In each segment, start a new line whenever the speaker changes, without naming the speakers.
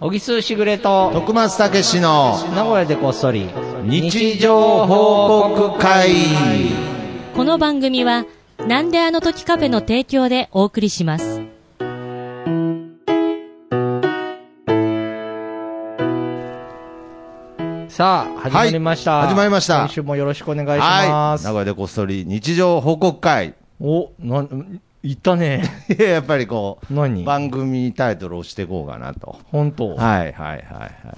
小木すしぐれと、
徳松たけしの
名古屋でこっそり、
日常報告会
この番組は、なんであの時カフェの提供でお送りします。
さあ、始まりました。
はい始まりました
今週もよろしくお願いし
は
ま
い
す。
名古屋でこっそり日常報告会
お、な、いったね。
いややっぱりこう
何
番組タイトルをしていこうかなと
本当。
はいはいはいは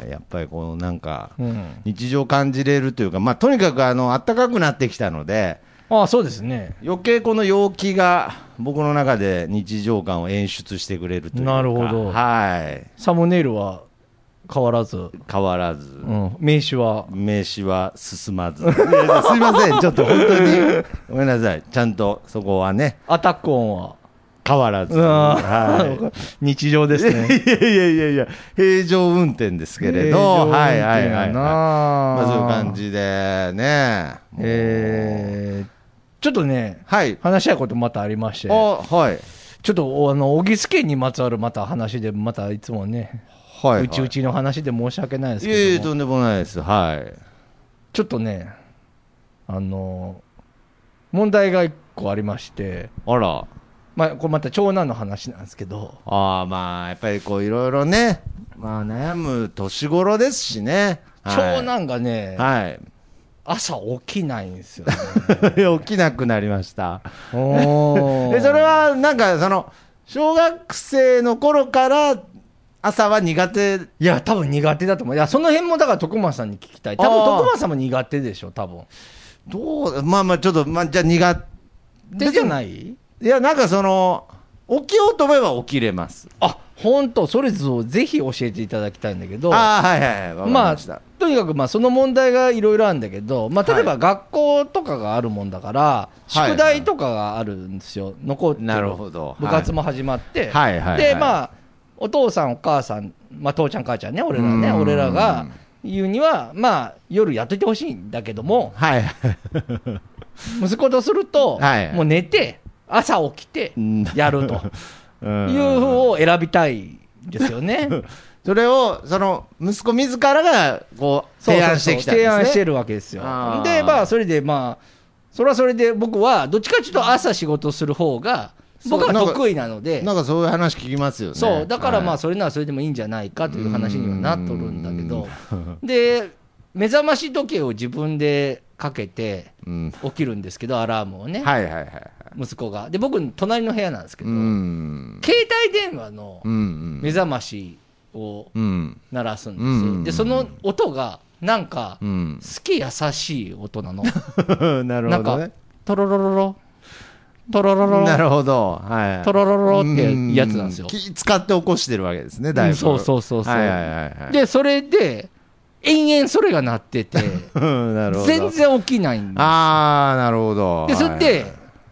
いやっぱりこうなんか
うん。
日常感じれるというかまあとにかくあの暖かくなってきたので
ああ、そうですね。
余計この陽気が僕の中で日常感を演出してくれるというか
なるほど
はい
サムネイルは変わらず、
変わらず
うん、名刺は、
名刺は進ま ず。いやいやすいません、ちょっと本当に。ごめんなさい。ちゃんとそこはね、
アタック音は、
変わらず。
うわ
は
日常です
い。い
ね。
やいやいやいや、平常運転ですけれど、はいはいはいはい。ま
ま
あそういう感。じでね。もう
えー、ちょっとね、
はい。
話したいことまたありまして、
あ、はい。
ちょっと、あの、小木助にまつわるまた話で、またいつもね、
はい。
うちう。ちの話で申し訳ないです
いえ
け
いえ、
ども
とんでもないです。はい。
ちょっとね、あの、問題が一個ありまして、
あら。
まあ、これまた長男の話なんですけど、
ああ、まあ、やっぱりこう、いろいろね、まあ、悩む年頃ですしね。はい
長男がね、
はい。
朝起きないんですよ、 ね。
起きなくなりました。
お
でそれはなんかその小学生の頃から朝は苦手
いや、多分苦手だと思う。いや、その辺もだから徳間さんに聞きたい。多分
あー
徳間さんも苦手でしょ、多分。
どうまあまあちょっとまあじゃあ苦
手じゃ
い
ない
いやなんかその起きようと思えば起きれます
あ、本当それぞぜひ教えていただきたいんだけど。
ああはいはいはいわかり
まあ
ました、、
とにかくまあその問題がいろいろあるんだけど、まあ、例え
は
ば学校とかがあるもんだから、
はい
宿題とかがあるんですよ、残って
なるほど
部活も始まって、
はいはいはい
で、まあ、お父さん、お母さん、まあ、父ちゃん、母ちゃんね、俺らね、
うん
俺らが言うには、まあ、夜やっといてほしいんだけども、
はい
息子とすると、
はい
もう寝て、朝起きて
うん、
やると
う
いうん方を選びたいですよね。
それをその息子自らがこう
そうそうそう
提案してきたんです、ね、
提案してるわけですよ
あー
でまあそれでまあそれはそれで僕はどっちかというと朝仕事する方が
そう
僕は
なんか
得意なので
なんかそういう話聞きますよね
そうだからまあ
はい
それならそれでもいいんじゃないかという話にはなっとるんだけど
う
で目覚まし時計を自分でかけて
うん
起きるんですけどアラームをね
はいはいはいはい
息子がで僕の隣の部屋なんですけ
う
ど
ん
携帯電話の
うんうん
目覚ましを
うん
鳴らすん
うんうんう
です
ん
よでその音がなんか
う
好
ん
き優しい音なの
なる
なん
ほ
か
どね、
トロロロロ、トロロロ
な
ロ、
るほど。はい。
トロロロロってやつなんですよ
う。気使って起こしてるわけですね、だいぶ。
うんそうそうそうそう
はいはいはいはい。、
で、それで、延々それが鳴ってて、
なるほど。
全。然起きないんで
あー、なるほど。
す。で、それ
はい
で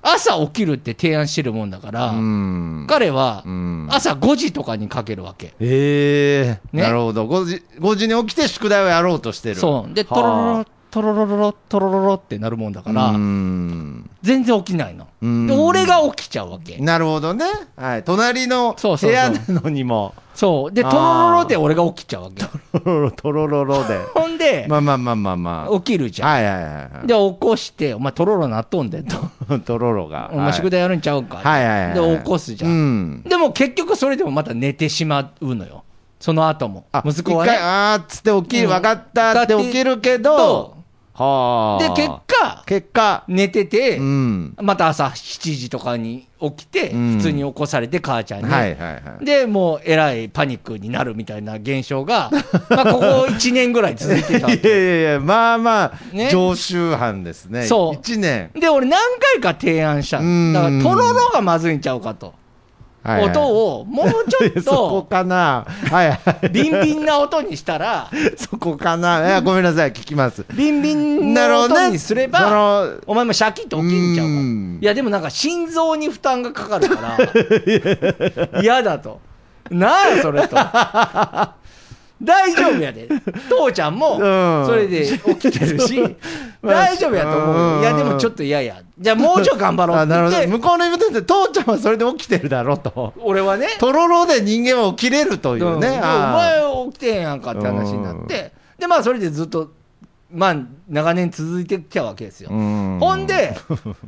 はい、
朝起きるって提案してるもんだから
う、ん。
彼は
うん
朝5時とかにかけるわけ。
えー、
ね
なるほど。5時、5時に起きて宿題をやろうとしてる。
そう。で、
は
トロロロ、トロロロロ、トロロロってなるもんだか
う
ら、
ん。
全然起きないの。
うん
で、俺が起きちゃうわけ。
なるほどね。はい。隣の
そう
部
そうそう
屋なのにも、
そう。で、
あ
ト
ー
ロロロで俺が起きちゃうわけ。
トロロ、トロロロで。
ほんで、
まあまあまあまあま
起きるじ
あ。
ゃん。
はいはいはい
で、起こして、お前トロロなっとんでと。
はい。トロロが。
お前宿
題
題やるんちゃうんか、
はいはいはいはい。
で起こすじゃん、
うん。
でも結局それでもまた寝てしまうのよその後も
あ
息子は
一回
ね
あーっつって起きる、
うん
分かったって起きるけど、はあ。
で結果
結果、
寝てて、
うん。
また朝7時とかに起きて、
うん
普通に起こされて母ちゃんに、
はいはいはい。
でもうえらいパニックになるみたいな現象 が、まあ、ここ1年ぐらい続いてたわ
い
け
やいやいや、まあまあ、
ね
常習犯ですね。
そう
1年。
で俺何回か提案したのだか
うん
らとろろがまずいんちゃうかと、
はいはい
音をもうちょっ
そことかな。はいはい。
ビンビンな音にしたら
そこかな。いや、ごめんなさい、聞きます。
ビンビン
なる
の
ほど
音
ね。
にすれ
そ
ば、
の
お前もシャキッと起きんちゃうか
う
ら。
ん
いや、でもなんか心臓に負担がかかるから、嫌だと。なあ、それと。大丈夫やで。父ちゃんも、
うん
それで起きてる し、
まあ
大丈夫やと思う。いや、でもちょっと嫌や。じゃあもうちょい頑張ろう
あ
って言っ
なるほど
て、
向こうの言うことで父ちゃんはそれで起きてるだろうと
俺はね、
とろろで人間は起きれるとい
うん
うね、
でお
あ
前起きてへんやんかって話になって、で、まあそれでずっと、まあ長年続いてきたわけですよ
ー。うん
ほん で、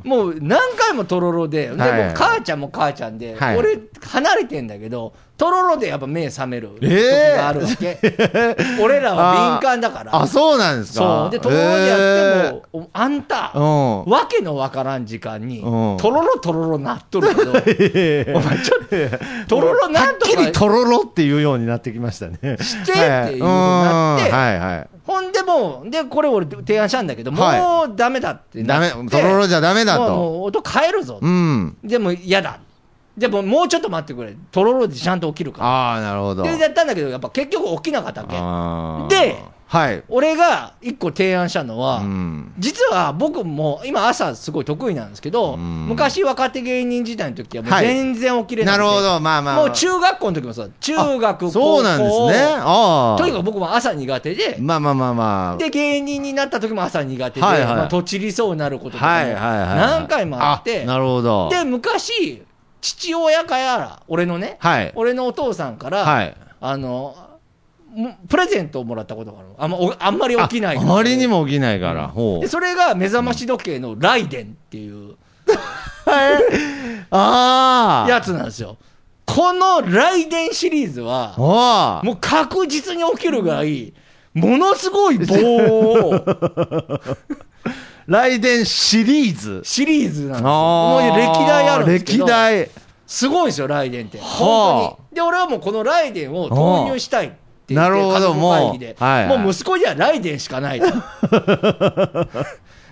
もう何回もとろろで、でもう
はい
母ちゃんも母ちゃんで、
はい
俺、離れてんだけど、とろろでやっぱ目覚める時
えー
があるわけ、 俺らは敏感だから、
あそうなんです
そ
か
うでとろろでやっても、おあんた、
えーうん
わけのわからん時間に、
うん
とろろとろろなっとるけ ど、 お前、ちょっと、とろろ
は
なん
っ
と
き
か
りとろろっていうようになってきましたね。
してっていうふうになって、
はいはいうんはいはい
ほんでもう、で、これ俺、提案したんだけど、
は
もうダメだって
ダ
なって、
メ、とろろじゃダメだ
もう
と。
もう音変えるぞ
うん。
でも嫌だ。でももうちょっと待ってくれ。とろろでちゃんと起きるか
ああ、なるほど。
ら。で、やったんだけど、やっぱ結局起きなかったわけ。
あー
で、
はい。
俺が一個提案したのは、
うん
実は僕も今朝すごい得意なんですけど、
うん
昔若手芸人時代の時はもう
はい
全然起きれな
な
くて、
るほど、まあまあまあ。
もう中学校の時もそうだ中学高校
そうなんですね。ああ。
とにかく僕も朝苦手で、
まあまあまあまあ。
で芸人になった時も朝苦手で、
はいはい
まあ、とちりそうになることとか
はいはい
も
はいはい。
何回もあって、
なるほど。
で、昔、父親かやら、俺のね、
はい。
俺のお父さんから、
はい。
あの、もプレゼントをもらったことがあるのあんまおあんまり起きない
ああまりにも起きないから。ほ
で
う。
それが目覚まし時計のライデンっていう
ああ。
やつなんですよこのライデンシリーズは
ああ。
もう確実に起きるぐらいものすごい棒 を
来電シリーズ。
シリーズなんですよもう
ああ。
歴代あるんですけど
歴代。
すごいんですよライデンって
はあ
本当にで俺はもうこのライデンを投入したいって言って
なるほど
家族会議で
もうはいはい
もう息子にはライデンしかないと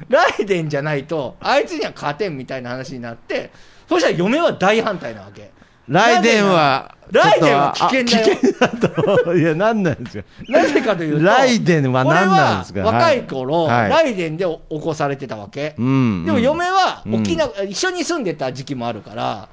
ライデンじゃないとあいつには勝てんみたいな話になってそしたら嫁は大反対なわけ
来電は。
ライデンは危険だよ
ちょっとあ危険だと。いや、なんなんですか。
なぜかというと
ライデンは何なんですか
俺は若い頃、
はい
ライデンで起こされてたわけ、
うん。
でも嫁は
うん
沖縄、一緒に住んでた時期もあるから
は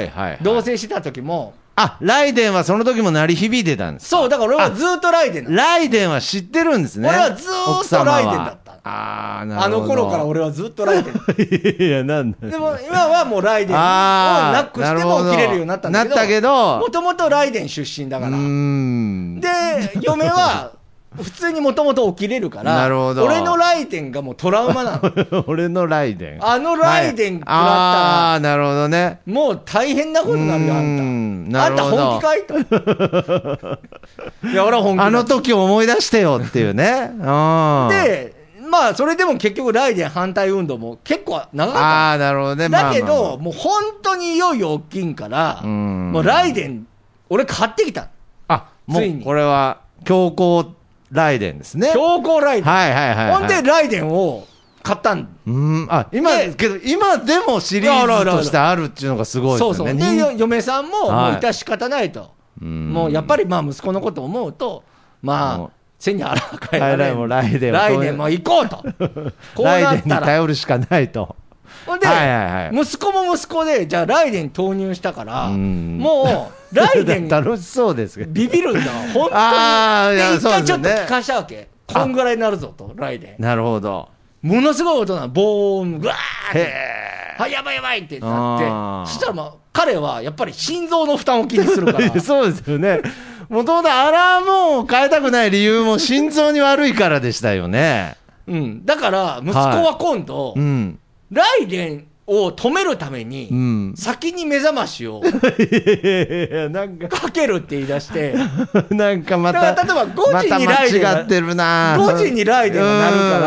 いはいはい。
同棲してた時も
あ、ライデンはその時も鳴り響いてたんです。
そうだから俺はずっとライデンなの
ライデンは知ってるんですね。
俺はずーっと
奥様は
ライデンだった
ああ、なる
あ
ほど。
の頃から俺はずっとライデン。
俺。いや、なんだ。
でも今はもうライデンをな
あー
くしても起きれるようになったんだけど。
なったけど
もともとライデン出身だか
うー
ら。
ん。
で、嫁は普通にもともと起きれるから。
なるほど
俺のライデンがもうトラウマな の。
俺のライデン。
あのライデン食らったら
ああー、なるほどね。
もう大変なことになるよ、あ
うー
ん
ん
た。あ
なんる
た
ほど
本気かい と。いや、俺は本気だ
あの時思い出してよってい うね。うん。
で、
で、
まあ、それでも結局ライデン反対運動も結構長かったの
ああ、なるほどね。まあま
だ
あ
けど、、もう本当にいよいよ大きいんから、
うん
もうライデン、俺買ってきた。
あ、も
ついに
う、これは、強行ライデンですね。
強行ライデン。
はいはいはいはい。
ほんで、ライデンを買ったん。
うーん、あ、今、
で
けど、今でもシリーズとしてあるっていうのがすごい
そ
で
う
す
そ
よね。
う。で、よ嫁さんも、
はい
もう致し方ないと。
ん
もうやっぱり、まあ、息子のことを思うと、ま
も
あ
う、
背にあらわか
は
や
いはいもうライデンを
ライデンも行こうと。 こうな
ライ
っ
デンに
たら。
頼るしかないと。
ほんで、
はいはいはい
息子も息子で、じゃあライデン投入したから、
うん
もう、ライデ ン
楽しそうですけど。
ビビるんだわ、本
あ
当
ー
に。
いや
で、一回ち
そ
ょっ
うです
と
ね
聞かしたわけ。こんぐらいになるぞと、ライデ
なるほど。
ン。ものすごい音なの、ボーン、ぐわーっ
へ
て、
え。
はい、やばいやばいってな
あ
っ
ー。
て、そしたらまあ、彼はやっぱり心臓の負担を気にするから
そうですよね。もともとアラーム音を変えたくない理由も心臓に悪いからでしたよね。
うん。だから、息子は今度
う、ん。
ライデンを止めるため
う
に、
ん。
先に目覚ましを
なんか、
かけるって言い出 して、
なんかま
だ
た、
から例えば5時に
また
ライデンが
間違ってるな
5時にライデンが鳴るから
ら、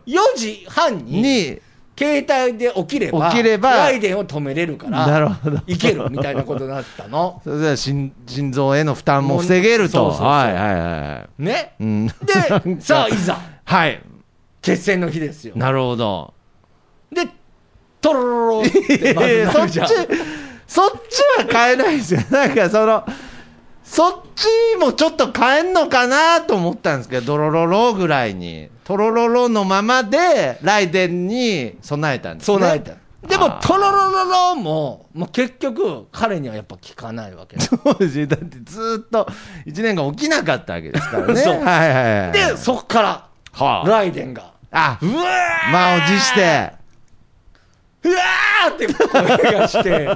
4時半に、
に、
携帯で起きれば、
起きれば
ライデンを止めれるから、
なるほど
いけるみたいなことになったの。
それでは心心臓への負担も防げる
も
と。
うそうそうそう
はいはいはいはい。
ね。
うん、
で、さあ、いざ、
はい。
決戦の日ですよ。
なるほど。
で、とろろろってまず
えー
な
そ
る
っち
じゃん。、
そっちは変えないですよ。なんかその、そっちもちょっと変えんのかなと思ったんですけど、ドロロロぐらいに、トロロロのままで、ライデンに備えたんです、ね。
備えた。
でも
あ、ー
とろろろろも、もう結局、彼にはやっぱ効かないわけです。
そうですねだって
でずっと、1年間起きなかったわけですからね。
そう
はいはいはい。
で、
そっから、
はあ、
ライデンが、
あうわー
満を持 して、
うわーって声がして。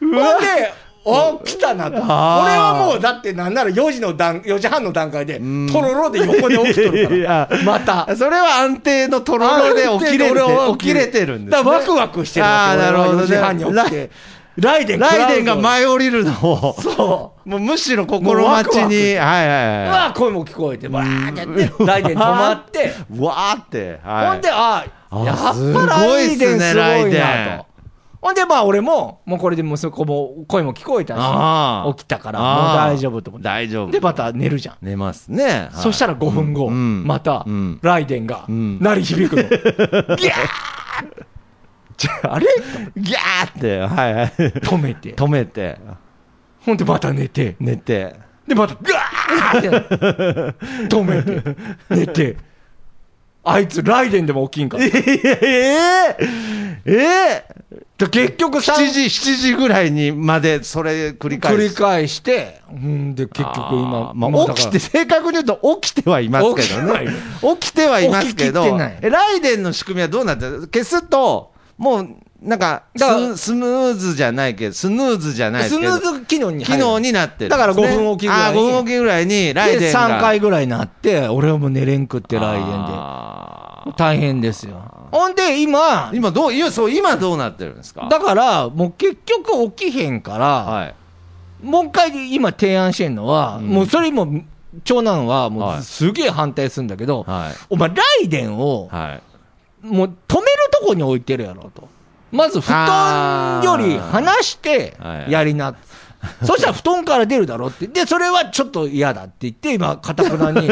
ほんで、お来たなと。俺
あー
はもう、だってなんなら4時の段、4時半の段階で、
ん
とろろで横で起きとるか
いや
ら。また。
それは安定のとろろで起きれて
俺は
起きれてるんです、
だ
ね。
からワクワクしてるわけ。
あーなるほどね
4時半に起きて。ライデン食らうぞ、
ライデンが舞い降りるのを、
そう。
もうむしろ心待
も
ち
うワクワク
に、はいはいは
まあ、声も聞こえて、わーってやって、ライデン止まって、
い。わーって、 はい。
ほんで、あ
あ
や
す
っ
ご
ぱラ
いっ
イ
す
デ
ね
ンすご
ライ
い
デ
な
ン
と。ほんで、まあ、俺も、もうこれで息子も声も聞こえた
あー
し、起きたから、も
あ
う
ー
大丈夫と思って。
大丈夫。
で、また寝るじゃん。
寝ますね。
そした
ら、
ら5分後、
うんうん
また
うん、
ライデンが、
うん
鳴り響 くの。ギャーじゃああれ
ギャーって、はいはい。
止めて。
止めて、
ほんで、また寝て。
寝て。
で、また、ガー って止めて、寝て。あいつ、ライデンでも起きんかった。
ええええ
で結局さん、
7時、7時ぐらいにまでそれ繰り返
繰り
す。
返して、うんで、結局
あ
今、
ーま
もう
あ、
だから
起きて、正確に言うと起きてはいますけどね。起きてはいますけ
起きき
ど
ってない、
えライデンの仕組みはどうなってる消すと、もう、なんか
だから
ス、スムーズじゃないけど、スヌーズじゃないです
ス
け
ヌ
ど、
ーズ機能に
機
入る
能になってるんですね、
だから5分おきぐらいに
あー5分おきぐらいに、ライデ
で
ンが。
3回ぐらいなって、俺はもう寝れんくって、来年
あ
で。大変ですよ。ほんで、今
ー、今どう、いや、そう、今どうなってるんですか
だから、もう結局起きへんから、
はい。
もう一回今提案してんのは、
うん
もうそれも、長男はも
は
う
い
すげえ反対するんだけど、
はい。
お前、ライデンを、
はい。
もう止めるとこに置いてるやろと。まず布団より離して
あー
やりな。そしたら布団から出るだろって。で、それはちょっと嫌だって言って、今、かたくな に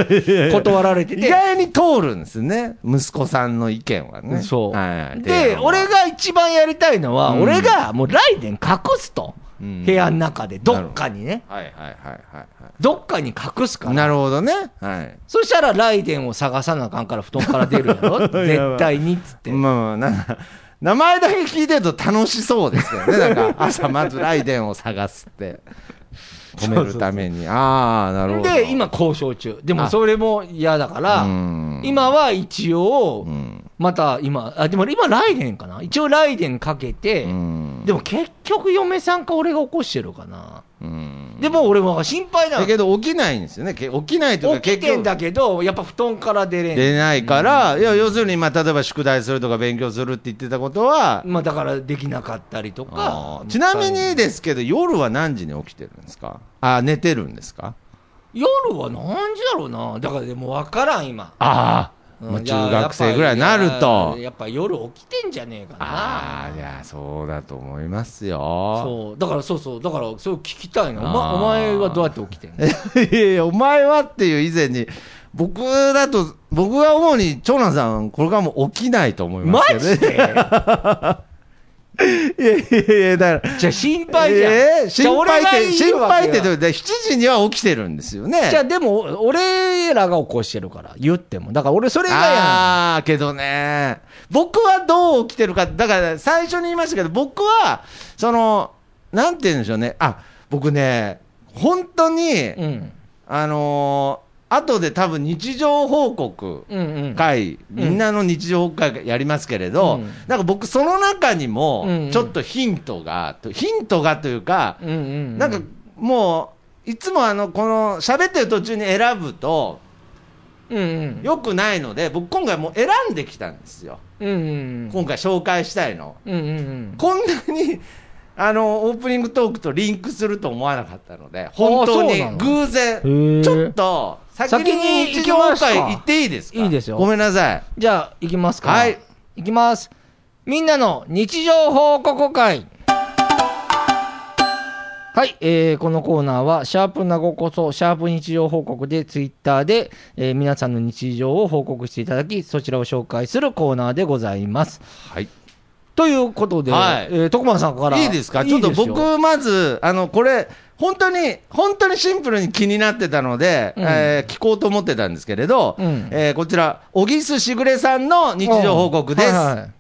断られて
意
て。
外に通るんですね、息子さんの意見はね。
そう。
はいはい
で、俺、が一番やりたいのは、
うん
俺がもうライデン隠すと。
うん
部屋の中で、どっかにね。
はいはいはいはい
どっかに隠すか
はい。
ら。
なるほどね。はい。
そしたら、ライデンを探さなあかんから、布団から出るやろ 絶対に、つって。
まあまあ、なんか、名前だけ聞いてると楽しそうですよね。なんか、 朝まずライデンを探すって、褒めるために。ああ、なるほど。
で、今、交渉中。でも、
あ
それも嫌だから、
うん
今は一応
う、ん、
また今、あ、でも今、ライデンかな一応、ライデンかけて、
うん。
でも結局、嫁さんか俺が起こしてるかな。
うん
でも、俺は心配な
だ
の。
けど、起きないんですよね。け起きないというか、
起き
結
てん
局。
だけど、やっぱ布団から出れん。
出ないから、いや要するに、まあ、例えば宿題するとか勉強するって言ってたことは、
まあ、だから、できなかったりとか
あー。ちなみにですけど、夜は何時に起きてるんですかあー寝てるんですか
夜は何時だろうな。だから、でも分からん、今。
ああ、
うん
もう
いや
中学生ぐらいになる
やっぱ
と
や。っぱ夜起きてんじゃねえか
ああ、い
な
や、そうだと思いますよ。
そうだからそうそうだからそれを聞きたいなお,、ま、
あー
お前はどうやって起きてんの
いやいや、お前はっていう以前に、僕だと、僕は主に、長男さん、これからもう起きないと思いま
マ
すけ
ジ。
どね
で
いやいやいや、だから。
じゃあ心配じゃん、
えー
じゃあ
心配って、心配
俺
って
が言うわけ
ど
よ
う、で7時には起きてるんですよね。
じゃあでも俺らが起こしてるから言ってもだから俺それがや
あーけどね、僕はどう起きてるか、だから最初に言いましたけど、僕は、その、なんて言うんでしょうね、あ僕ね、本当に、
ん、うん、
あのー後で多分日常報告
うんうん
会、みんなの日常報告会やりますけれど、
うん
なんか僕、その中にも
うんうん、
ちょっとヒントが、ヒントがというか、
うんうん
なんかもう、いつもあのこの喋ってる途中に選ぶと、
うんうん
よくないので、僕、今回もう選んできたんですよ、
うんうん
今回紹介したいの。
うんうん
こんなにあのオープニングトークとリンクすると思わなかったので、本当
あー
に
そうなの
偶
う
然、
んへー
ちょっと先
先に
に
行
一
き
応今
ますか
回行っていいですか、
いいですよ
ごめんなさい、
じゃあ行きますか
はい
行きますみんなの日常報告会はい、えーこのコーナーは、シャープなごこそ、シャープ日常報告で、ツイッターで、えー皆さんの日常を報告していただき、そちらを紹介するコーナーでございます。
はい、
ということで、
はい
えー徳間さんから。
いいですか、ちょっと
いいですよ
僕、まず、あのこれ、本当に、本当にシンプルに気になってたので、
うん
えー聞こうと思ってたんですけれど、
うん
えーこちら、小木須しぐれさんの日常報告です。
はいはい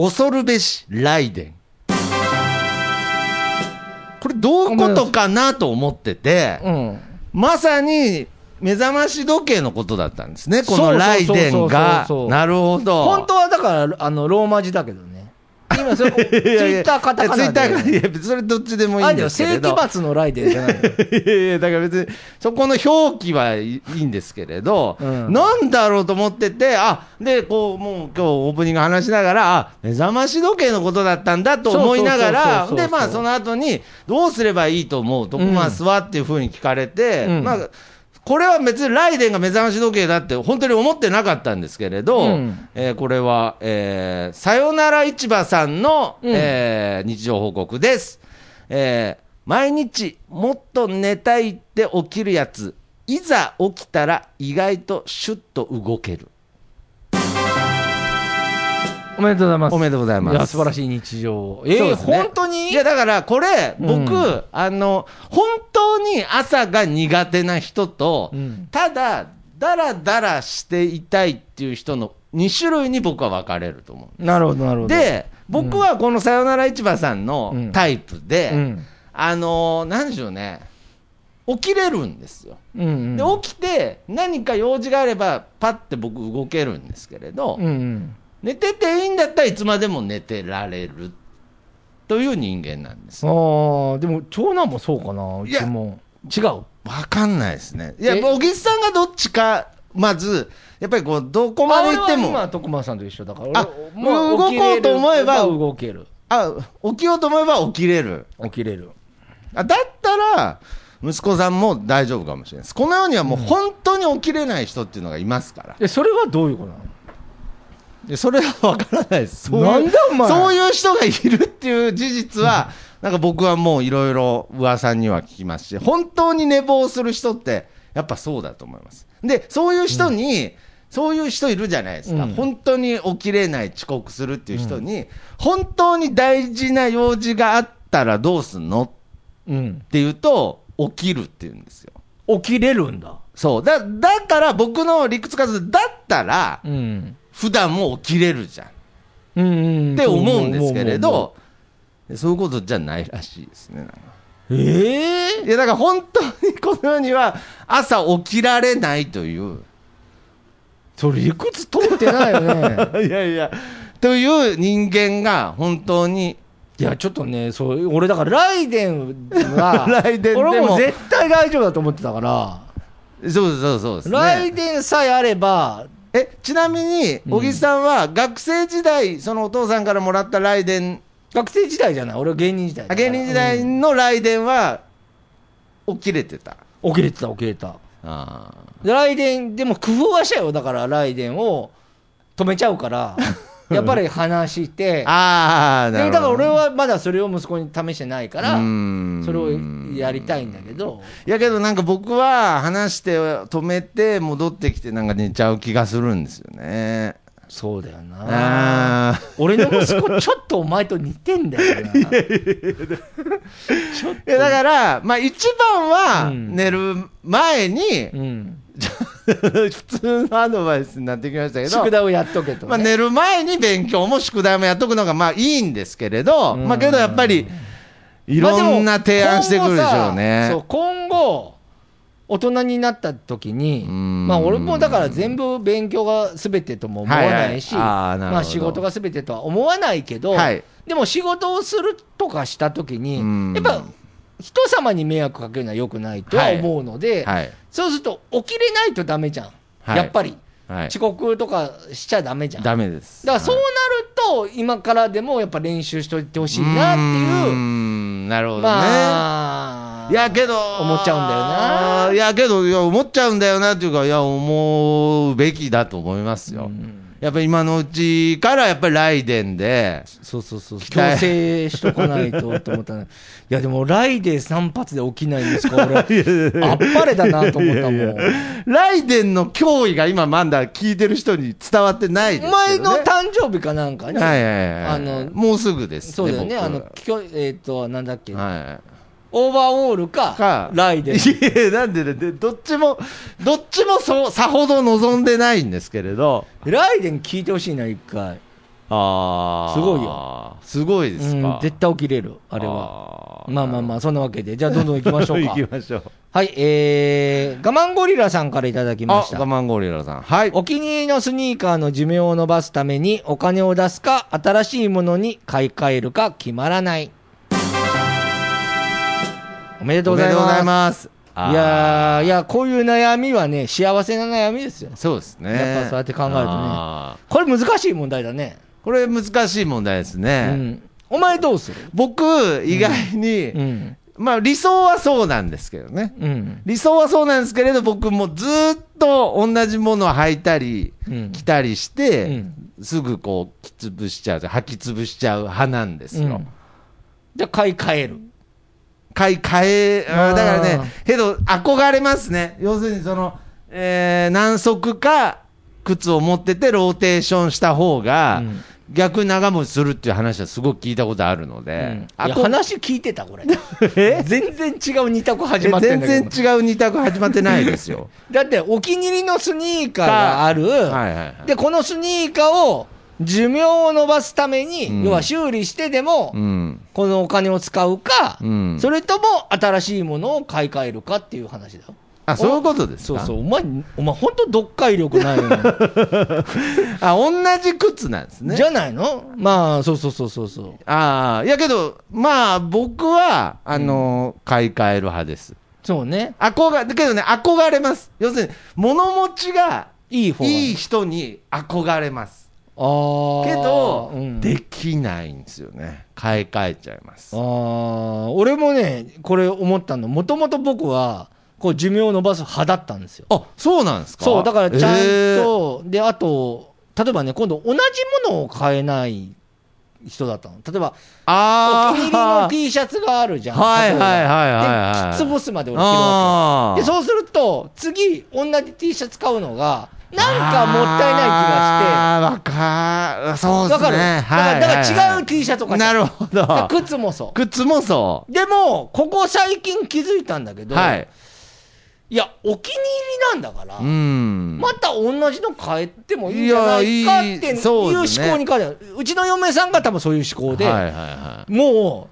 恐るべし雷電。これどういうことかなと思ってて、
うん、
まさに目覚まし時計のことだったんですね、この
そうそうそう
雷
そう
電
そうそ
が
うそ。う
なるほど。
本当はだからあのローマ字だけどね今それツイ
いやいや
ッターカタカナで
いやツイッターいや、別にそれどっちでもい
あ
い
れ
ん
だよ
ですけ
正
れ
規
ど。
罰のライデーじゃないの
いやいや、だから別に、そこの表記はいいいんですけれど、
うん
なんだろうと思ってて、あで、こう、もう今日オープニング話しながら、あ目覚まし時計のことだったんだと思いながら、
そうそうそうそうそう
で、まあ、その後に、どうすればいいと思う、徳松はっていうふうに聞かれて、
うん
まあ、これは別にライデンが目覚まし時計だって本当に思ってなかったんですけれど、
うん
えーこれは、えーさよなら市場さんの、
うん
えー日常報告です、えー毎日もっと寝たいって起きるやついざ起きたら意外とシュッと動ける
おめでとうございます
おめでとうございます
や素晴らしい日常をえ
そう
ー、
ですね
本当に
いやだからこれ僕、
うん
あの本当に朝が苦手な人と、
うん
ただだらだらしていたいっていう人の2種類に僕は分かれると思う
なるほどなるほど、
で、僕はこのさよなら市場さんのタイプで、
うん
あのーなんでしょうね、起きれるんですよ。
うんうん、
で、起きて、何か用事があれば、パって僕、動けるんですけれど、
うんうん、
寝てていいんだったらいつまでも寝てられるという人間なんです。
あーでも長男もそうかなう
いや
ちも違う
わかんないですね。いや、
え
小木さんがどっちか、まず、やっぱりこう、どこまで行って
俺は
も、
今徳間さんと一緒だから
あ
俺
動こう
起きれる
と思えば
動ける
あ、起きようと思えば起きれる。
起きれる
あだったら、息子さんも大丈夫かもしれないです。この世にはもう本当に起きれない人っていうのがいますから。
えそれはどういうことなの
でそれは分からないです。そういう
なんだお前
そういう人がいるっていう事実は、なんか僕はもういろいろ噂には聞きますし、本当に寝坊する人って、やっぱそうだと思います。で、そういう人に、そういう人いるじゃないですか、
うん
本当に起きれない遅刻するっていう人に、本当に大事な用事があったらどうすんのっ
うん
ていうと、起きるっていうんですよ。
起きれるんだ
そう。だ、だから僕の理屈からするとだったら、
うん
普段も起きれるじゃん。
うんうん
って思うんですけ
も
れ
うもうも
ど、そういうことじゃないらしいですね。なんか
うもうええ
いや、だから本当にこの世には朝起きられないという、
それいくつ通ってないよね
いやいや、という人間が本当に、
いやちょっとねそう俺だからライデン は
ライデンでも
俺も絶対大丈夫だと思ってたから、
そうそうそうです
ライ
ね。
デンさえあれば
え、ちなみに、
うん
小木さんは学生時代、そのお父さんからもらった雷電、
学生時代じゃない俺は芸人時代
あ
だから
芸人時代
うん
の雷電は、起きれてた。
起きれてた起きれてた
あ
ライデンでも工夫はしたよだからライデンを止めちゃうから やっぱり話して
ーあー、
で
なる
だ
ほど。
から俺はまだそれを息子に試してないから
うん
それをやりたいんだけど
いやけどなんか僕は話して止めて戻ってきてなんか寝ちゃう気がするんですよね。
そうだよな
あ
俺の息子ちょっとお前と似てんだよ な
あ。いやだから、まあ一番は
うん
寝る前に、
うん、
普通のアドバイスになってきましたけど、
宿題をやっとけと、ね
まあ寝る前に勉強も宿題もやっとくのがまあいいんですけれど、
うん
まあけどやっぱりいろんな提案してくるでしょうね。
まあでも今後さそう今後大人になった時に
うん
まあ俺もだから全部勉強が全てとも思わないし、
はいはいあーなるほど
まあ仕事が全てとは思わないけど、
はい
でも仕事をするとかした時に、
うん
やっぱ人様に迷惑かけるのは良くないとは思うので、
はい。
そうすると起きれないとダメじゃん、
はい
やっぱり
はい。
遅刻とかしちゃダメじゃん
ダメです。
だからそう
は
ないると、今からでもやっぱ練習しておいてほしいなって
ー
いう、
んなるほどね。
まあ、
いやけど、
思っちゃうんだよない
やけど、いや、思っちゃうんだよなっていうか、いや、思うべきだと思いますよ。やっぱり今のうちから、やっぱりライデンで、
そうそうそう、強制しとかないとと思ったのい や、でも、ライで3発で起きないんですか、俺、あっぱれだなと思ったもん。
ライデンの脅威が今、まだ聞いてる人に伝わってないですけど、ね。
前の誕生日かなんかね、
はいはいはい。
あの
もうすぐです、
そうだよね、
僕
あの、きょえっ、と、なんだっけ、
はい。
オーバーオールか、
か
ライデン。
いやなんでだでどっちもどっちもそうさほど望んでないんですけれど
ライデン聞いてほしいな、一回。
あー
すごい
すごいです
うん
か、、
絶対起きれる、あれは。
は
まあまあまあ、そんなわけで。じゃあ、どんどん行きま しょうか。
行きましょう
はい、えー、我慢ゴリラさんからいただきま
あ
し
我
た。
慢ゴリラさんはい
お気に入りのスニーカーの寿命を伸ばすためにお金を出すか、新しいものに買い替えるか決まらない。おめでとう
お
ござ
めで
い
とうござ
ま
います
す。いやー、いや、こういう悩みはね、幸せな悩みですよ
ー。そうですね
やっぱそうやって考えるとね
あー
これ難しい問題だね。
これ難しい問題です
う
ね、
ん。お前どうする
僕意外に、
うん。
まあ理想はそうなんですけどね
うん。
理想はそうなんですけれど僕もずっと同じものを履いたり
うん
着たりして、
うん
すぐこう着潰しちゃう履き潰しちゃう派なんです
う
よ、
んじゃあ買い替える。
買い替え
あ
あ
ー
ーだからねけど憧れますね要するにその、えー何足か靴を持っててローテーションした方
う
が、
ん
逆に長持ちするっていう話はすごく聞いたことあるの
う
で
ん、いや
こ
話聞いてた、こ れ。全然違う二択始まってん
全
だけど。
然違う二択始まってないで すよ
だってお気に入りのスニーカーがある、
はいはいはい
でこのスニーカーを寿命を延ばすために、
うん
要は修理してでも、
うん
このお金を使うか、
うん
それとも新しいものを買い替えるかっていう話だよ。
あそういうことです
そ
か
うそう、お前、お前、本当、読解力ないよね、
あ同じ靴なん ですね
じゃないのまあ、そうそうそうそうそう。
ああ、いやけど、まあ、僕は、あのー買い替える派です。
そうね。
憧れ、だけどね、憧れます。要するに、物持ちが
いい方が
いい人に憧れます。
あー
けど、
うん
できないんですよね。買い替えちゃいます
あ。ー俺もね、これ思ったの、もともと僕は、こう寿命を延ばす派だったんですよ。
あ、そうなんですか
そう、だからちゃん
えー
と、で、あと、例えばね、今度同じものを買えない人だったの。例えば、お
あ
気に入り
あ、
の T シャツがあるじゃん。
はい
例えば
はいはいはいはい
で、きつぶすまで俺着るわ
あ
け。で、
う
そうすると、次、同じ T シャツ買うのが、なんかもったいない気がして、
ああ、わかそうで
わ
すね。
かる、だから、だから違う T シャツとかじゃ
なんるほ
だから
ど。
靴もそ。
靴もそう
でも、ここ最近気づいたんだけ
う。
ど、
はい。
いや、お気に入りなんだから、
うん。
また同じの変えてもいいんじゃないかってい
いやいうい
思
そう
考
ですね
に変わる、うちの嫁さんが多分そういう思考で、
はいはいは
も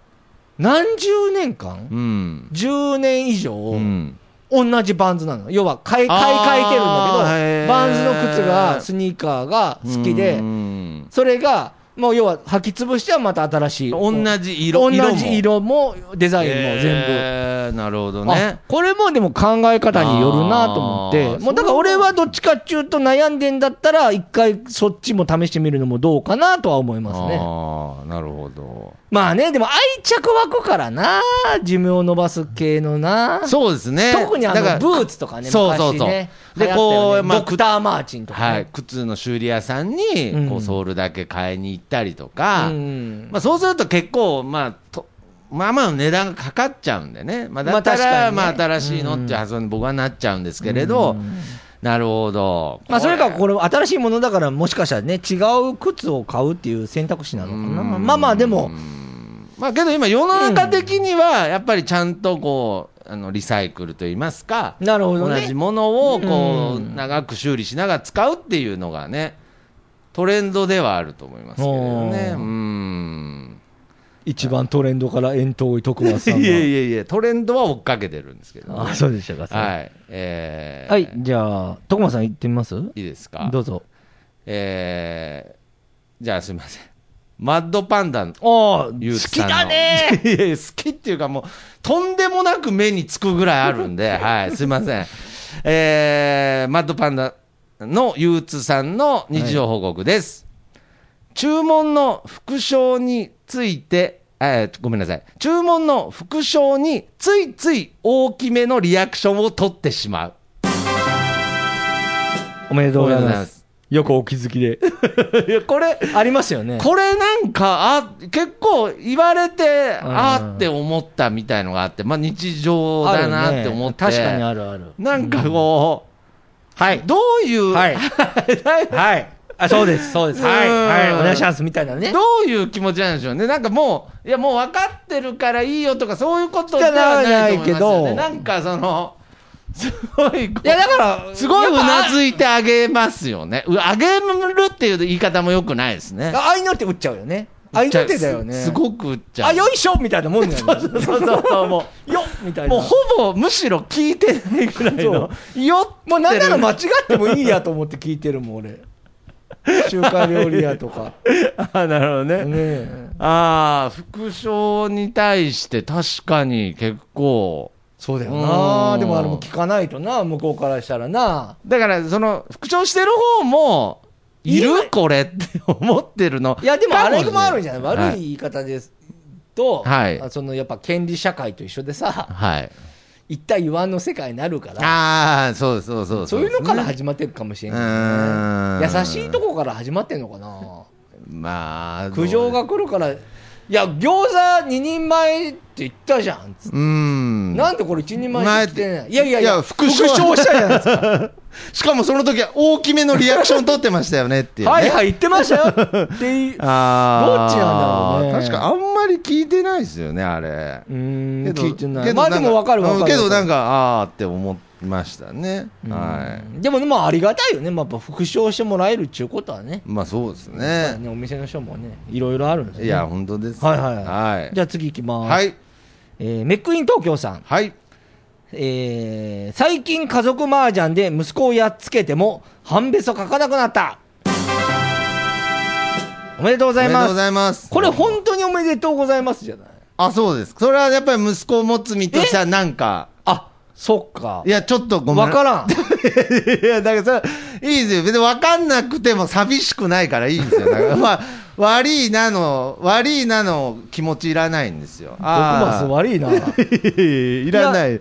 う何十年間、
い。うん。
10年以上、
うん。
同じバンズなの、要は買い買い替えてるん
あ
だ
ー
けど、
へー
バンズの靴が、スニーカーが好きで
う、ん
それが、もう要は履き潰してはまた新しい、
同じ
同
色
じ色もデザインも全部。
えーなるほど
あ
ね。
これもでも考え方によるなと思
あ
って、
ー
もうだから俺はどっちかっていうと悩んでんだったら、一回そっちも試してみるのもどうかなとは思いますね。
ああ、なるほど。
まあね、でも愛着湧くからな、寿命を伸ばす系のな。
そうですね。
特にあの
だから
ブーツとかね、
そうそうそう
昔ね。
で
流行ったよね
こうまあ
ドクター・マーチンとか
はい
ね。、
靴の修理屋さん
うん
にこうソールだけ買いに行ったりとか、
うん
まあ、そうすると結構、まあと、まあまあの値段がかかっちゃうんでね、まあ、だった、
まあ確からにね
まあ新しいのっていう発想に僕はなっちゃうんですけれど、なるほど。
まあそれかこれ新しいものだからもしかしたらね違う靴を買うっていう選択肢なのかなまあまあでも
まあけど今世の中的にはやっぱりちゃんとこうあのリサイクルといいますか
なるほどね
同じものをこ
う
うん長く修理しながら使うっていうのがねトレンドではあると思いますけれど
お
ね
ー
うん
一番トレンドから遠遠い徳松
い
さん
や
が
いやいやトレンドは追っかけてるんですけど、
あ
ね、
そうでしたか、は
はいえ
い、
ー
はい、じゃあ徳間さん行ってみます
いいですか
どうぞ
えーじゃあすみませんマッドパンダの
あ あ好
ゆうき
き
さんの
だね
いやいや好きっていうかもうとんでもなく目につくぐらいある んではいすいませんえーマッドパンダのゆうつさんの日常報告です、注文の副賞についてえーごめんなさい注文の副賞についつい大きめのリアクションを取ってしまう
おめでとうござい
おめでとうござい
ま
ますす
よくお気づきで
これ
ありますよね
これなんかあ結構言われて
うん
あーって思ったみたいのがあって、まあ、日常
ある
だ
ね
なって思って、
確かにあるある
なんかこう、はい、どういう、
はい はいあそうですそうですはい
うん
はいお願いしますみたいなね
どういう気持ちなんでしょうね、なんかもう、いや、もう分かってってるからいいよとか、そういうことではないと思いますよね。
じゃな
ないんかその、 すごいこう、
いや、だから、
すごいうな
やっ
ずいてあげますよね。うあげるっていう言い方もよくないですね
ぱ。あ愛の手打っちゃうよね。愛の手だよね。
すすごく打っちゃう。
あ、よいしょみたいなもんだよね。
そうそうそうそうも、
よみたいう な。
もう
も
ほぼむしろ聞いてないぐらいの。よ
うなんなら間違ってもいいやと思って聞いてるもん、俺。中華料理屋とか。
あ、なるほどね
ねえ
ああ、副賞に対して確かに結構。
そうだよな。
うん
でもあれも聞かないとな、向こうからしたらな。
だから、その、副賞してる方も、い
い
る
る
これって思ってるの。
いや、でもあれもあるじゃない。
かしれ
悪い言い方です。と、
はい
あそのやっぱ権利社会と一緒でさ、
はい。はい
一体言わんの世界になるから、
ああ、そうそうそう
そういうのから
始
始まってるかもしれ
う
ない、ね。
ーん
優しいとこから始まってんのかな。
まあ、
苦情
どう。
が来るから、いや、餃子二人前って言ったじゃん。つって
うん。
なんでこれ一人前で来てない。いやいやい
い
や、
や
復
復
唱
唱
したじゃ ないですか。
しかもその時は大きめのリアクション取ってましたよねっていう、ね。
はいはい、言ってましたよっていう。ど
あ
っ
あ。
ちなんだろうね
確かあんまり聞いてないですよね、あれ。
うーん、
けど
聞いてな
け
い。
ど
まあ
ん
でも分かる分かる。
けどなん
か、
か、ああーって思いましたね。は
でもねまあありがたいよね。まあ、やっぱ復唱してもらえるっちゅうことはね。
い。まあそうです
まあ
ね。
ねお店の人もね、いろいろあるんですよね
いや、本当です。
はいはい
はい。
じゃあ次行きます。
はい。
えーメックイン東京さん。
はい。
えー最近家族麻雀で息子をやっつけても半べそ書かなくなったおめでとうご
お
ざい
めでと
ます
うございます。
これ本当におめでとうございますじゃない
あ、そうです。それはやっぱり息子を持つ身としてはなんか、
あそっか
いや、ちょっとごめん。
わから ん
いや、だからそれ、いいですよ。別に分かんなくても寂しくないからいいんです よ。だから、まあ、悪いなの、悪いなの気持ちいらないんですよ。
僕マス
あ
悪 いななんか
ー いらない。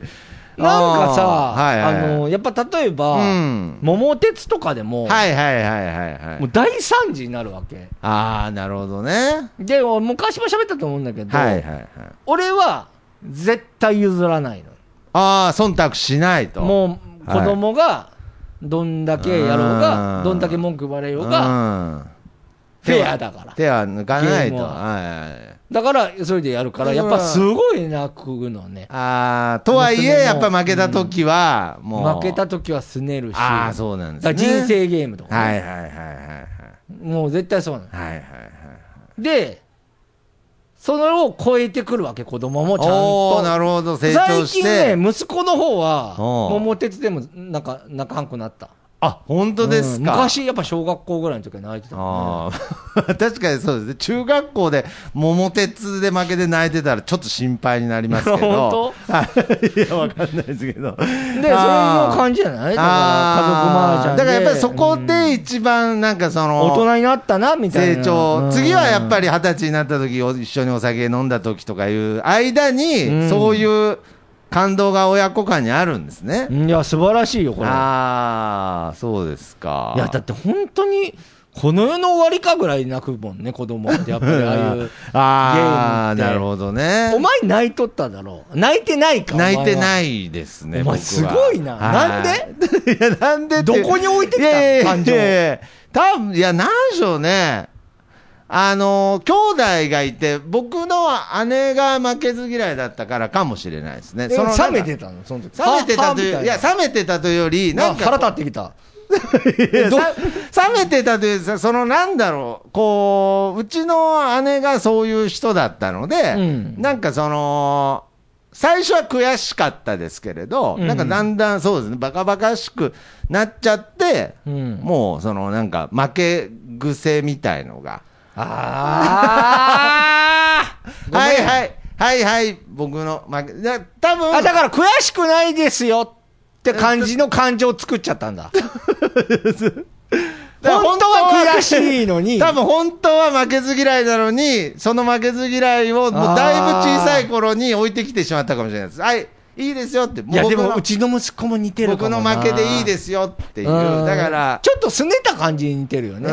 さあ,、
あーはいはいはい
のやっぱ例えば、
うん
桃鉄とかでも,、
はいはいはいはいは
も
い。
う大惨事になるわけ
ああ、なるほどね。
で俺昔も喋ったと思うんだけど、
はいはいはい。
俺は絶対譲らないの
ああ、忖度しないと。う
もう子
はい
供がどんだけやろうが、
うん
どんだけ文句言われようが、
が、
フェアだから。
手は抜かない
ゲーム
と。
は
はいはいはい。
だから、それでやるから、やっぱすごい泣くのね。
ああ、とはい
娘も
え、やっぱ負けた時は、もう。
負けた時はすねるし。
ああ、そうなんで
だ
す
から
ね。
人生ゲームとか、
は
ね
いはいはいはいはい。
もう絶対そうなの。
はいはいはい。
で、それを超えてくるわけ、子供もちゃん
おおーな
と。
るほど、成
最
長して。
近ね、息子の方は、
おう
桃鉄でもなんか泣かんくなった。
あ、本当ですか。
うん昔、やっぱ小学校ぐらいの時は泣いてたもんね。
あー 確かにそうですね。中学校で桃鉄で負けて泣いてたらちょっと心配になりますけど。
本
当 いや、わかんないです
で、そうい
けど。で、そ
う感じじゃないだから、家族麻雀で。
だからやっぱりそこで一番なんかその、
大人になったなみたいな
成長、次はやっぱ
り
り二十歳になった時お一緒にお酒飲んだ時とかいう間に、
うん
そういう感動が親子間にあるんですね、
いや素晴らしいよこれいや
ああそうですか
だって本当にこの世の終わりかぐらい泣くもんね子供ってやっぱりああいう
ああ
ゲームって
なるほどね
お前泣いとっただろう泣いてないか
泣いて
い
ないですね
お前
僕は
すごいな
はいいやなんでって
どこに置いてきた
いやいやいや
感情
いやいや多分いやなんでしょうねあの兄弟がいて僕の姉が負けず嫌いだったからかもしれないですね
そ
その
の
なんか
冷めてたのその時
冷めてたという、いや、
さ
冷めてたというより、
な
なんん
か
か
腹
こ
立ってきた
う、いや
ど
さ冷めてたという、さそのなんだろう、こう、うちの姉がそういう人だったので、
うん
なんかその、最初は悔しかったですけれど、
うん
なんかだんだんそうですね、バカバカしくなっちゃって、
うん
もうそのなんか負け癖みたいのが、
あーごめん
はいはい、はいはい、僕の負け、だ多分
あだから悔しくないですよって感じの感情を作っちゃったん だ
ら
本当は悔しいのに
多分本当は負けず嫌いなのに、その負けず嫌いをもうだいぶ小さい頃に置いてきてしまったかもしれないです。はい、いいですよって、
いやでも
の
うちの息子も似てるか
僕
もな
の負けでいいですよっていう、
うん
だから、
ちょっとすねた感じに似てるよね、
うん、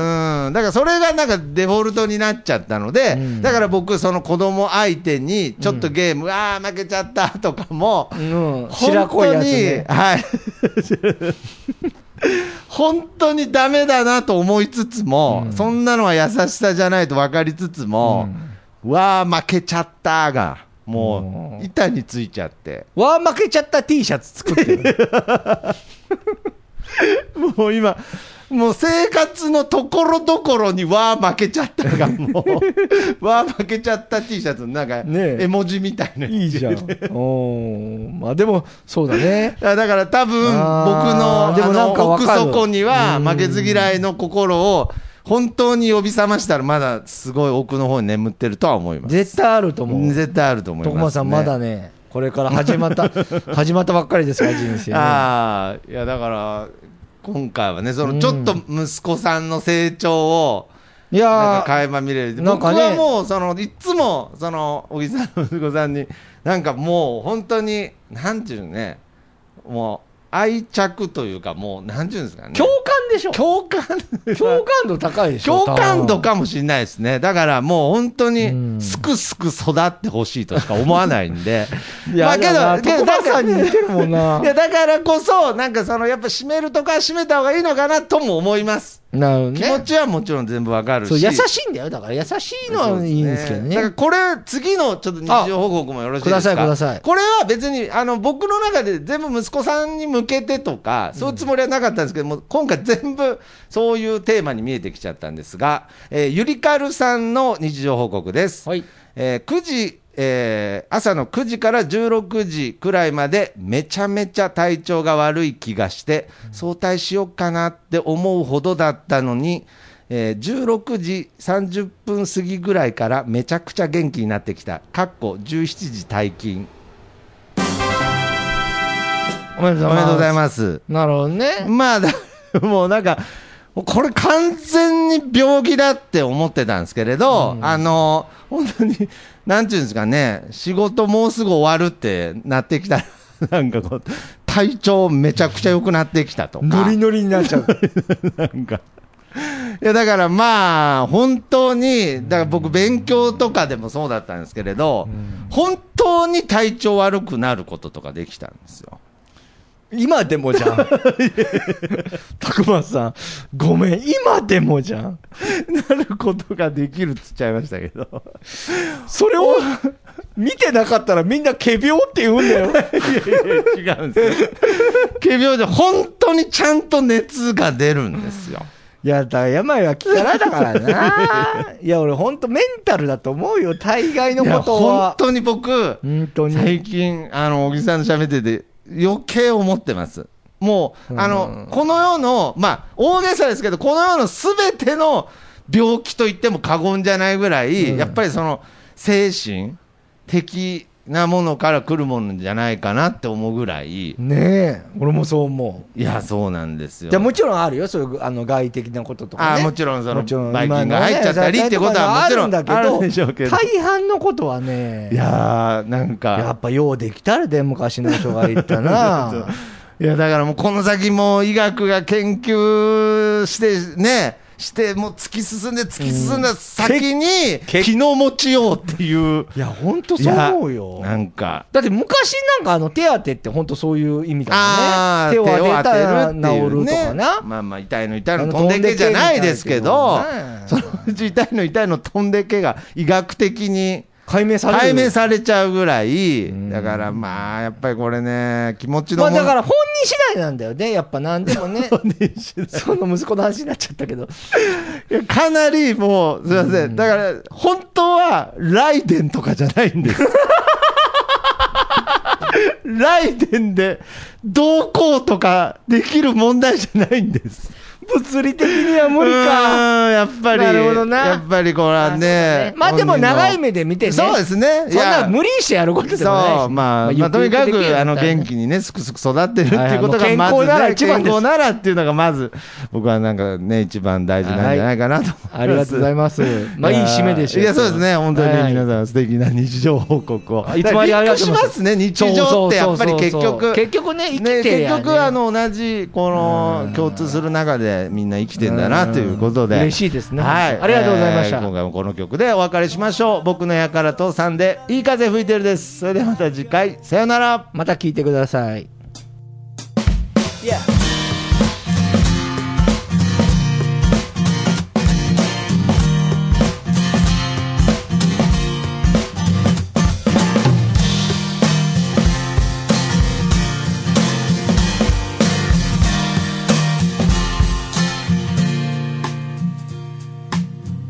だからそれがなんかデフォルトになっちゃったので、
うん
だから僕、その子供相手に、ちょっとゲーム、ああ、負けちゃったとかも、
うん、白
本
子い
当
や
に、
つ、ね、
はい。本当にダメだなと思いつつも、
うん
そんなのは優しさじゃないと分かりつつも、うわあ、負けちゃったが、も
うん
う板についちゃって
わー負けちゃった T シャツ作ってる。
もう今もう生活のところどころに「わー負けちゃった」がも う「わー負けちゃった」T シャツのなんか
ねえ
絵文字み たいなやつ
いいじゃん。おーまあでも、そうだね。
いやだから多分僕の
あー
あ
でもなんか
の
わか
奥
る
底には
うん
負けず嫌いの心を本当に呼び覚ましたらまだすごい奥の方に眠ってるとは思います。
絶対あると思う。
絶対あると思います、
徳
ね。
間さん、まだね、これから始ま った、始まったばっかりですから、人生ね。
ああいやだから今回はねそのちょっと息子さんの成長を
い
なんか
やー、
垣間見れる
なんかね
僕はもうそのいつもその小木さんの息子さんになんかもう本当になんていうのねもう愛着というかもうなんていうんですかね
共感でしょ
共感
共感度高いでしょ
共感度かもしれないですね。だからもう本当
うん
にすくすく育ってほしいとしか思わないんで
。いや、
まあ
け
け
ど、徳
ど、けど
間
だ
さ
か
んに似てるもんな。
いやだからこそ、なんかそのやっぱ締めるとか締めた方がいいのかなとも思います。
なるほど
気持
ね。
ちはもちろん全部わかるし。
そう、優しいんだよ。だから、優しいのはいいんですけど
だ
ね
から。これ、次のちょっと日常報告もよろしいですか
あくださいください
これは別に、あの、僕の中で全部息子さんに向けてとか、そういうつもりはなかったんですけども、今回全部そういうテーマに見えてきちゃったんですが、えーゆりかるさんの日常報告です。
はい。
えー9時、えー朝の9時から16時くらいまでめちゃめちゃ体調が悪い気がして早退しようかなって思うほどだったのに、えー16時30分過ぎぐらいからめちゃくちゃ元気になってきたかっこ17時退勤
おめで
おめでとうござい
す。
ます
なるほどね。
まあ だもうなんかもうこれ完全に病気だって思ってたんですけれど、あの本当になんていうんですかね仕事もうすぐ終わるってなってきた らなんかこう体調めちゃくちゃ良くなってきたとか
ノリノリになっちゃう。
なんかいやだからまあ本当にだから僕勉強とかでもそうだったんですけれど、本当に体調悪くなることとかできたんですよ。
今でもじゃん。 徳松さん、ごめん、今でもじゃん。
なることができるっつっちゃいましたけど。
それを見てなかったらみんな仮病って言うんだよ。
いや違うんですよ。仮病で本当にちゃんと熱が出るんですよ。
いや、だ病は気からだから な。いや、俺ほんとメンタルだと思うよ、大概の
いや
こと
本
は。
当に僕、
本当に。
最近、あの、小木さんと喋ってて、余計思ってます。もう、あの、この世の、まあ、大げさですけど、この世のすべての病気と言っても過言じゃないぐらい、
うん
やっぱりその、精神的なものから来るものじゃないかなって思うぐらい、
ねえ、俺もそう思
いや、そうなんです
う。
よ。
じゃもちろんあるよ、そういうあの外的なこととか、
あ
ね。
ーもちろんその
もちろん
バイキンが入っちゃったりってことはもち
今のね在宅とかもある
ろん
んだけど
あるでしょうけど
大半のことはね。
いやー、なん
や
か
っ、ぱようできたらで昔の人が言った な
いや、だからもうこの先も医学が研究して、ね、して、もう突き進んで突き進んだ先に、気の持ちようっていう。
いやほんとそう思うよ
いやなんか、
だって昔なんかあの手当てって本当そういう意味だ
あ
もんね
ー
手を当てたら
手を当て
治るとかな、
まあまあ、痛いの痛い
あの
の飛んでけじゃないですけど
飛んでけみたいなね、
そのうち痛いの痛いの飛んでけが医学的に
解明される
解明されちゃうぐらい、だからまあ、やっぱりこれね、気持ちの
まあ
問
だ
題
から本人次第なんだよねやっぱ何でも ねその息子の話になっちゃったけど
いやかなりもう、すいません。だから、本当は、ライデンとかじゃない んです。ライデンで、どうこうとかできる問題じゃないんです。
物理的には無理か
うーんやっぱり、
なるほどな
やっぱりこれは ね。
まあでも長い目
で
で見てね
そうですね。
そんな無
理
理してやることでもないし
そう、まあ、
ゆ
ま
っ
あ、
く
と
り
にか
できる
く、
よ
あの、
みたいな
元気にね、すくすく育ってるっていうこと
はい
が、まず、
健康
ね、
なら一番です
健康ならっていうのが、まず、僕はなんかね、一番大事なんじゃないかなと思います。
ありがとうござい ます。まあ、いい締めでしょ
いや、そうですね。本当
は
に
い
皆さん素敵な日常報告を。
いつまであり
び
がとう
っくりし
ご
ま
ざいます
すね。日
そ
常
うそうそう
ってやっぱり
そう
結
そう
局。
結局ね生きてり
結
ゃね
局、あの、同じ、こ
う
の
ん、
共通する中でみんな生きてんだなということで。
うん嬉しいですね
はい。
ありがとうございました
えー今回もこの曲でお別れしましょう。僕のやからとさんで、いい風吹いてるです。それではまた次回、さよなら。
また聞いてください。
「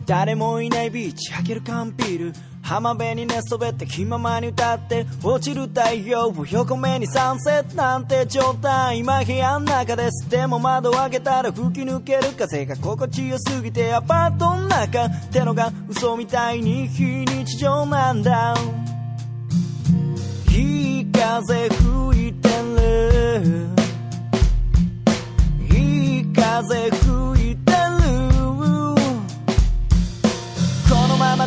誰もいないビーチ開ける缶ビール浜辺に寝そべって気ままに歌って落ちる太陽を横目にサンセットなんて状態今部屋の中ですでも窓を開けたら吹き抜ける風が心地よすぎてアパートの中ってのが嘘みたいに非日常なんだいい風吹いてるいい風吹いてるこのまま